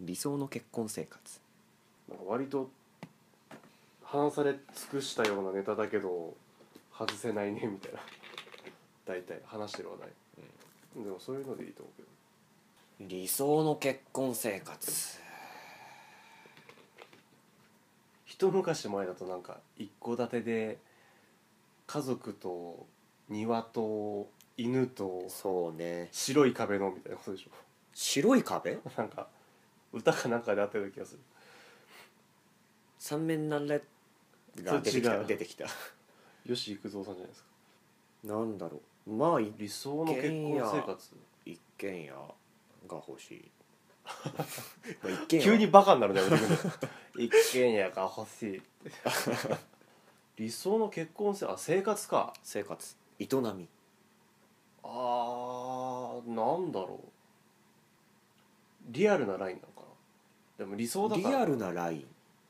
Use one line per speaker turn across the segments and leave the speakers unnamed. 理想の結婚生活
なんか割と話され尽くしたようなネタだけど外せないねみたいな大体話してる話題、でもそういうのでいいと思うけど
理想の結婚生活
一昔前だとなんか一戸建てで家族と庭と犬と
そうね
白い壁のみたいなことでしょ
白い壁
なんか歌かなんかであったような気がする
三面なんれが出てき
そ
た
う違う
出てきた
吉幾三さんじゃないですか
なんだろうまあい
理想の結婚生活
一軒家が欲し いまあ一軒家
急にバカになるね俺一軒家が欲しい理想の結婚生あ生活か
生活営み
あーなんだろうリアルなラインなのかなでも理想だ
リ
から
アルなライ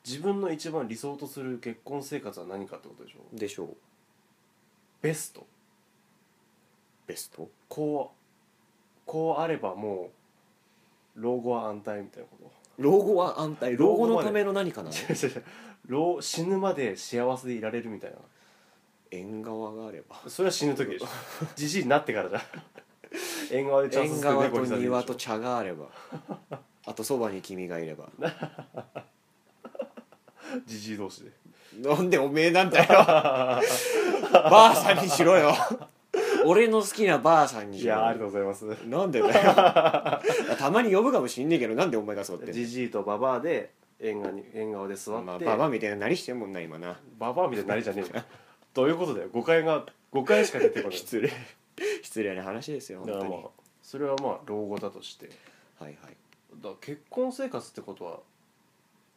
自分の一番理想とする結婚生活は何かってことでしょ
ンでしょう
ベスト
ベスト
こうこうあればもう老後は安泰みたいなこと
老後は安泰老後
老後
の
まで
ための何かなの
違う違う違う老死ぬまで幸せでいられるみたいな
縁側があれば
それは死ぬ時 でしょじじいになってからじゃん縁側でちゃんと
縁側と庭と
でし
茶があ ればあとそばに君がいれば
ょじじい同士で
なんでおめえなんだよばあさんにしろよ俺の好きなばあさんに
い
しろ
やあり
よ
がとうございます
なんで だよたまに呼ぶかもしんねえけどなんでお前がそうってんの
じじいとババアで縁側に縁側で座って、
まあ、ババアみたいななりしてんもんな今な
ババアみたいになりじゃねえよどういうことだよ誤解が誤解しか出てこ ない
失礼失礼な話ですよ本
だか
当
ら
に
まあそれはまあ老後だとしてだか
はいはい
ら結婚生活ってことは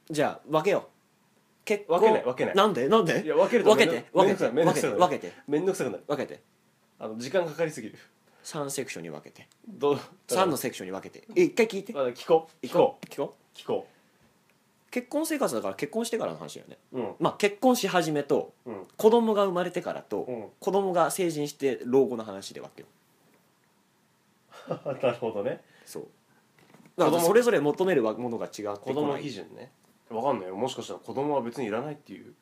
じゃあ分けよう結婚
分けない分けない
なんでなんで
いや分けると
分けて分けて
めん
分
どく
け
さ
て
い
分けて
めんどくさくなる
分けて
あの時間かかりすぎる
3セクションに分けて
どう
3のセクションに分けてえ一回聞いて
あ聞こう聞こう
聞こう
聞こ
結婚生活だから結婚してからの話だよね
ううん
まあ結婚し始めと
うん
子供が生まれてから
う
と
ん
子供が成人して老後の話で分けよう
なるほどね
そうだから
子供
それぞれ求めるものが違ってこ
子供
ない
基準ねわかんないよもしかしたら子供は別にいらないっていう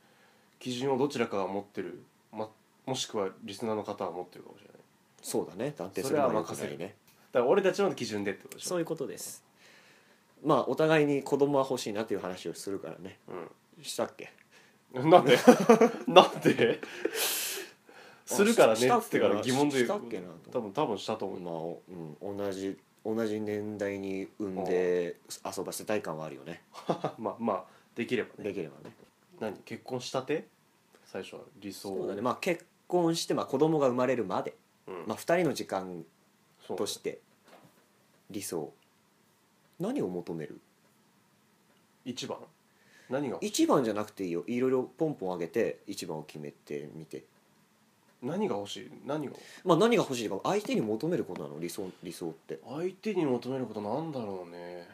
基準をどちらかが持ってる、ま、もしくはリスナーの方は持ってるかもしれない
そうだね断定す
そ
る
れは
のは良く
任せ
な
る
いね
だから俺たちの基準でってことでしょ
そういうことですまあお互いに子供は欲しいなっていう話をするからねしたっけ
うん、なん でなんでするからねっつってから疑問で
したっけな
多分多分したと思う、
まあ、うん、同じ同じ年代に産んで遊ばせたい感はあるよね
まあまあできればね
できればね
何結婚したて最初は理想
そうだねまあ結婚して、まあ、子供が生まれるまで、
うん
まあ、2人の時間
そう
として理想何を求める
一番何が
一番じゃなくていいよいろいろポンポン上げて一番を決めてみて
何が欲しい何が
まあ何が欲しいか相手に求めることなの理想理想って
相手に求めることなんだろうね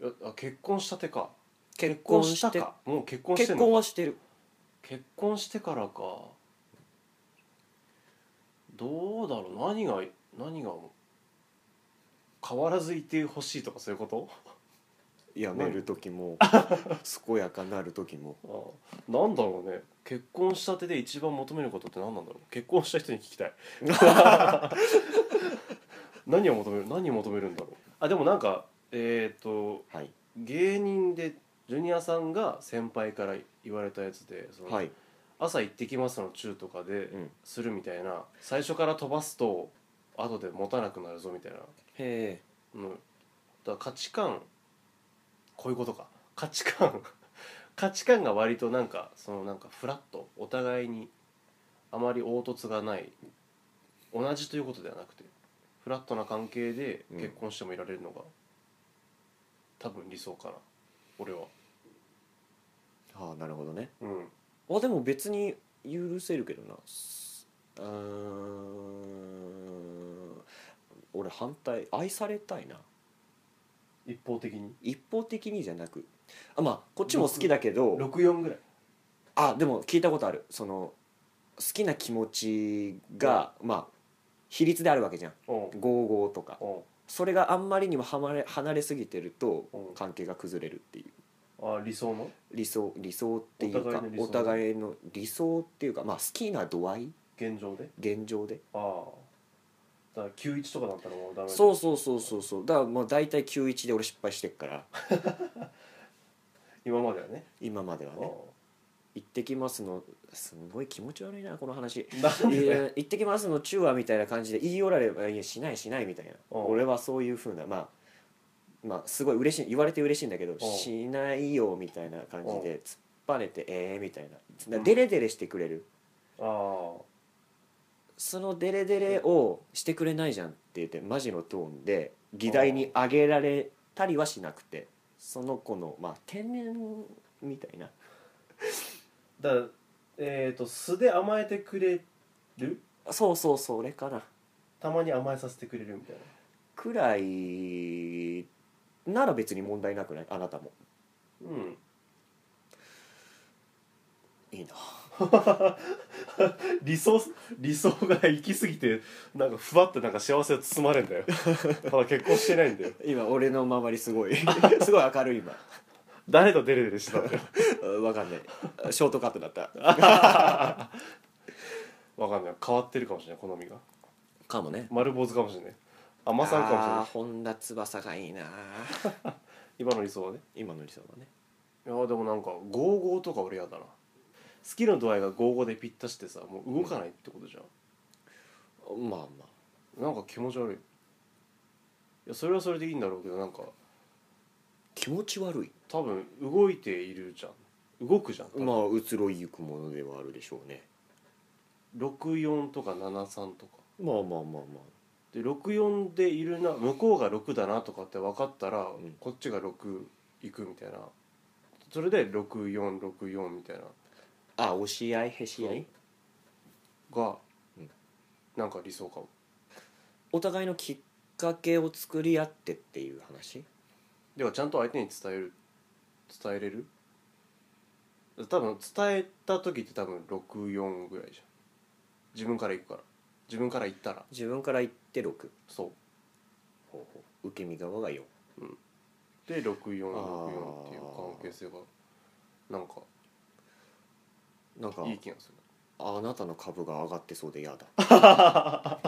いやあ結婚したてか
結婚し
結
て
婚かもう結婚して
結
んの
婚はしてる
結婚してからかどうだろう何が何が変わらずいてほしいとかそういうこ
やめる時も健やかなる時 も
とあなんだろうね結婚したてで一番求めることって何なんだろう結婚した人に聞き たい何を求める何を求めるんだろうあでもなんかえっ、と
はい
芸人でジュニアさんが先輩から言われたやつでその
はい
朝行ってきます」の中とかで
うん
するみたいな、最初から飛ばすと後で持たなくなるぞみたいな、
へ
うん、だから価値観こういうことか価値観 価値観が割となんかそのなんかフラットお互いにあまり凹凸がない同じということではなくてフラットな関係で結婚してもいられるのが、多分理想かな俺は。
えはあなるほどね
うん
あでも別に許せるけどなすうーん俺反対愛されたいな
一方的に
一方的にじゃなくあまあこっちも好きだけど
64ぐらい
あでも聞いたことあるその好きな気持ちが、まあ比率であるわけじゃん
おう
55とか
おう
それがあんまりにもはまれ離れすぎてると
うん
関係が崩れるっていう
あ理想の
理想理想っていうか
お
お
互
互いの理想っていうかまあ好きな度合い
現状で
現状で
ああだから91とかだったらもうダメだ
そうそうそうそうそうだからもう大体91で俺失敗してっから
今まではね
今まではね
あ
「行ってきますの」すんごい気持ち悪いなこの話
あなん
い
で
や行ってきますの中和みたいな感じで言い寄られればいやしないしないみたいな
うん
俺はそういうふうなまあまあすごい嬉しい言われて嬉しいんだけど
ん
しないよみたいな感じ
うん
で突っぱねてええみたいなだ
うん
デレデレしてくれる
ああ
そのデレデレをしてくれないじゃんって言ってマジのトーンで議題に挙げられたりはしなくてその子のまあ天然みたいな
だからえっ、と素で甘えてくれる
そうそうそう俺かな
たまに甘えさせてくれるみたいな
くらいなら別に問題なくないあなたも
うん
いいな
理想理想が行き過ぎてなんかふわってなんか幸せを包まれんだよまだ結婚してないんだよ
今俺の周りすご いすごい明るい今
誰とデレデレしてたんだよ
うんわかんないショートカットだった
わかんない変わってるかもしれない好みが
かもね
丸坊主かもしれない甘さんかもしれ
あ
な
ー
い
本田翼がいいな
今の理想はね
今の理想だね
いやーでもなんか55とか俺やだな好きの度合いが55でぴったしてさもう動かないってことじゃん、
まあまあ
なんか気持ち悪いいやそれはそれでいいんだろうけどなんか
気持ち悪い
多分動いているじゃん動くじゃん、多分
まあ移ろいゆくものではあるでしょうね
64とか73とか
まあまあまあまあ
で64でいるな向こうが6だなとかって分かったら、
ん
こっちが6いくみたいなそれで6464みたいな
あ押し合いへし合い
が、
うん
なんか理想かも
お互いのきっかけを作り合ってっていう話
ではちゃんと相手に伝える伝えれる多分伝えた時って多分64ぐらいじゃん自分から行くから自分から行ったら
自分から言って6
そう
受け身側が4
で6464っていう
あー
関係性がなんか
なんか
いい気がする
あなたの株が上がってそうで嫌だ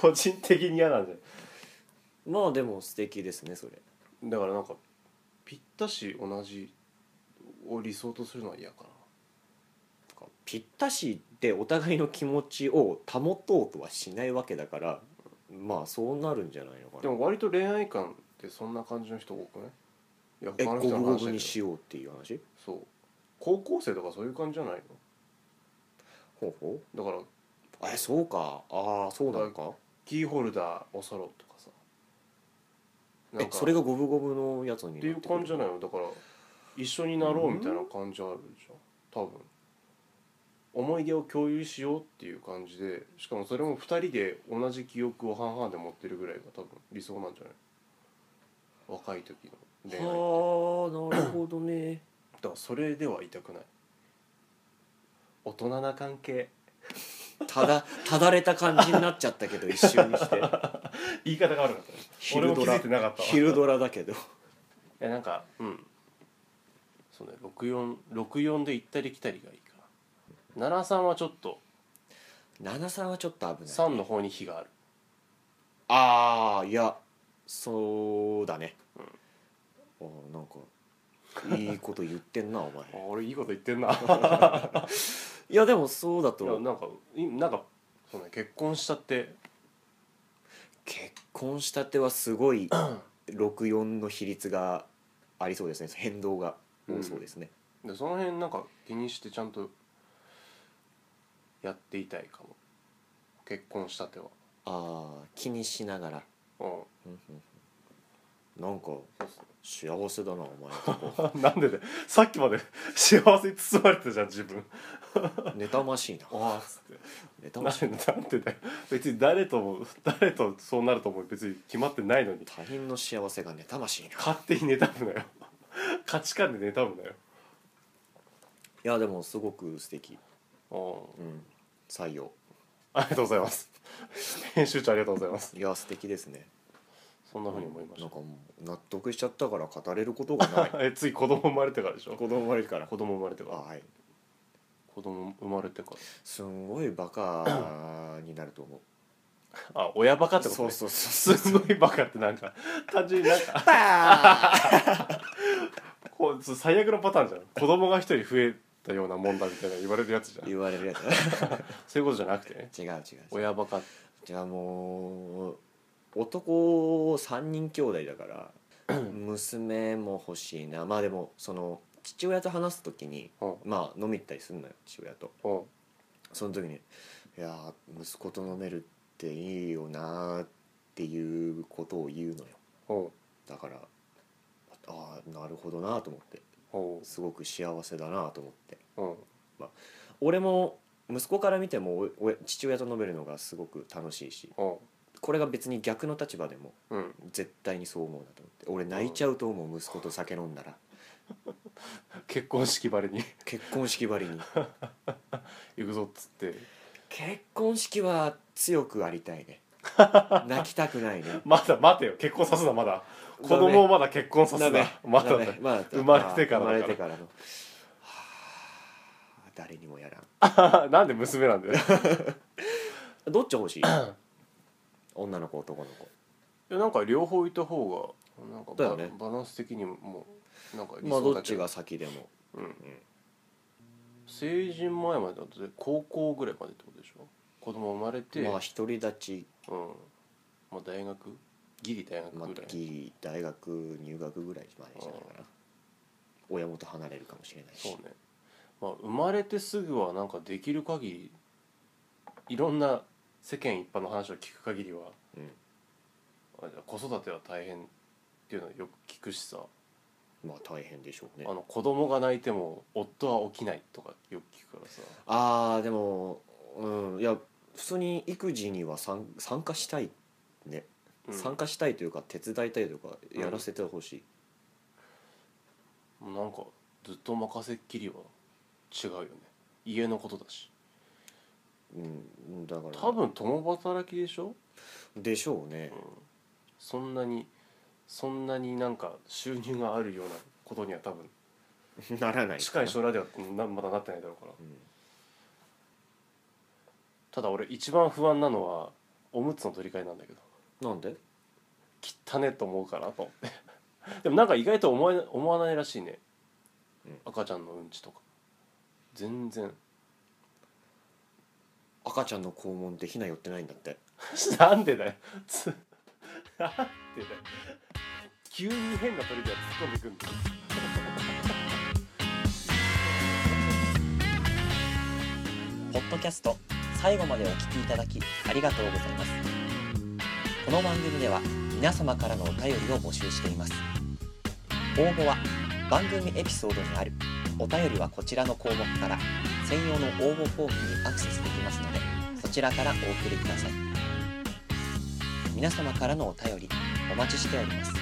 個人的に嫌なんだよ
まあでも素敵ですねそれ
だからなんかぴったし同じを理想とするのは嫌かな
なんかぴったしでお互いの気持ちを保とうとはしないわけだからまあそうなるんじゃないのか
で
な
も割と恋愛観ってそんな感じの人多くないいや
え五
他の人
分
の
五
話だけど
分にしようっていう話
そう高校生とかそういう感じじゃないの
ほうほ
だから
うえそうかああそうなのか
キーホルダーおそろとかさなん
え
か
それが五分五分のやつにな
っていう
くる
感じじゃないのだから一緒になろうみたいな感じあるじゃん多分思い出を共有しようっていう感じでしかもそれも2人で同じ記憶を半々で持ってるぐらいが多分理想なんじゃない若い時の恋愛だ
はあなるほどね
からそれではいたくない大人な関係
ただただれた感じになっちゃったけど一瞬にして
言い方が悪かったね俺も気づいてなかったわ
昼ドラだけど
いやなんかうんそうね6464で行ったり来たりがいいかな73はちょっと
七三はちょっと危ない
3の方に火がある
ああいやそうだね、ああなんかいいこと言ってんなお 前
あ俺いいこと言ってんな い
いやでもそうだ
や
と
なんかいなんかそうね結婚したって
結婚したてはすごい64の比率がありそうですね変動が多そうですね、
でその辺なんか気にしてちゃんとやっていたいかも結婚したては
ああ気にしながら
う
なんか幸せだなお
ん なんでだよさっきまで 幸せに包まれてたじゃん自分
前妬ましいな
ああっつって
妬
な
ま
ん
し
で
い
なんでだよ別に誰とも誰とそうなるとも別に決まってないのに
他人の幸せが妬ましいな
勝手に妬むなよ価値観で妬むなよ
いやでもすごく素敵
おー
うん採用
ありがとうございます編集長ありがとうございます
いや素敵ですね
そんなふうに思いま
な
し
んかもう納得しちゃったから語れることがない
たえ次子供生まれてからでし ょ
子供悪いから
子供生まれて
あ
から
はい
子供生まれてか
すんごいバカになると思う
らあ親バカってこと
そう
ね
そうそう
すごいバカってなんか単純になんか
パーン
こう最悪のパターンじゃん子供が一人増えたようなもんだみたいな言われるやつじゃん
言われるや
そういうことじゃなくてね
つ 違う違う違う
親バカ
じゃあもう男3人兄弟だから 娘も欲しいなまあでもその父親と話す時に
うん
まあ飲み行ったりするのよ父親と
うん
その時に「いやー息子と飲めるっていいよな」っていうことを言うのよ
うん
だからああなるほどなと思って
うん
すごく幸せだなと思って
うん
俺も息子から見てもおお父親と飲めるのがすごく楽しいし
うん
これが別に逆の立場でも
うん
絶対にそう思うなと思って俺泣いちゃうと思う息子と酒飲んだら
結婚式ばりに
結婚式ばり に
行くぞっつって
結婚式は強くありたい ね泣きたくないね
まだ待てよ結婚さすなまだ子
ダメ
供をまだ結婚さす
ダメ
なまだ
ダ
だ
メまだ
生まれてからだから
生まれてからのはあ誰にもやらん
なんで娘なんだよ
どっち欲 しい女の子男の子
いやなんか両方いた方がなんか
だ
バ,、
よね
バランス的にももうなんか理
まあ
想
ど
だ
っ
け
ち
ど、
が先でも
うん、成人前までだって高校ぐらいまでってことでしょ子供生まれて、
まあ独り立ち、
うんまあ大学ギリ大学
まあ
ぐらい、、
ギリ大学入学ぐらいまでじゃないかな親元離れるかもしれないし
そうねまあ生まれてすぐはなんかできる限りいろんな世間一般の話を聞く限りは、
うん
あれだ子育ては大変っていうのはよく聞くしさ、
まあ大変でしょうね
あの子供が泣いても夫は起きないとかよく聞くからさ
あーでもうんいや普通に育児には参参加したいね、
うん
参加したいというか手伝いたいというかやらせてほしい、
もうなんかずっと任せっきりは違うよね家のことだし
うんだから
多分共働きでしょ
でしょうね、
そんなにそんなになんか収入があるようなことには多分
ならない
近い将来ではなまだなってないだろうから
うん
ただ俺一番不安なのはおむつの取り替えなんだけど
なんで
汚ねと思うかなと思って でもなんか意外と思え思わないらしいね、
うん
赤ちゃんのうんちとか全然
赤ちゃんの肛門ってひな寄ってないんだって
なんでだよつ なんでだよ急に変な取り替え突っ込んでくんだよ
ポッドキャスト最後までお聞きいただきありがとうございますこの番組では皆様からのお便りを募集しています応募は番組エピソードにあるお便りはこちらの項目から専用の応募フォームにアクセスできますのでそちらからお送りください皆様からのお便りお待ちしております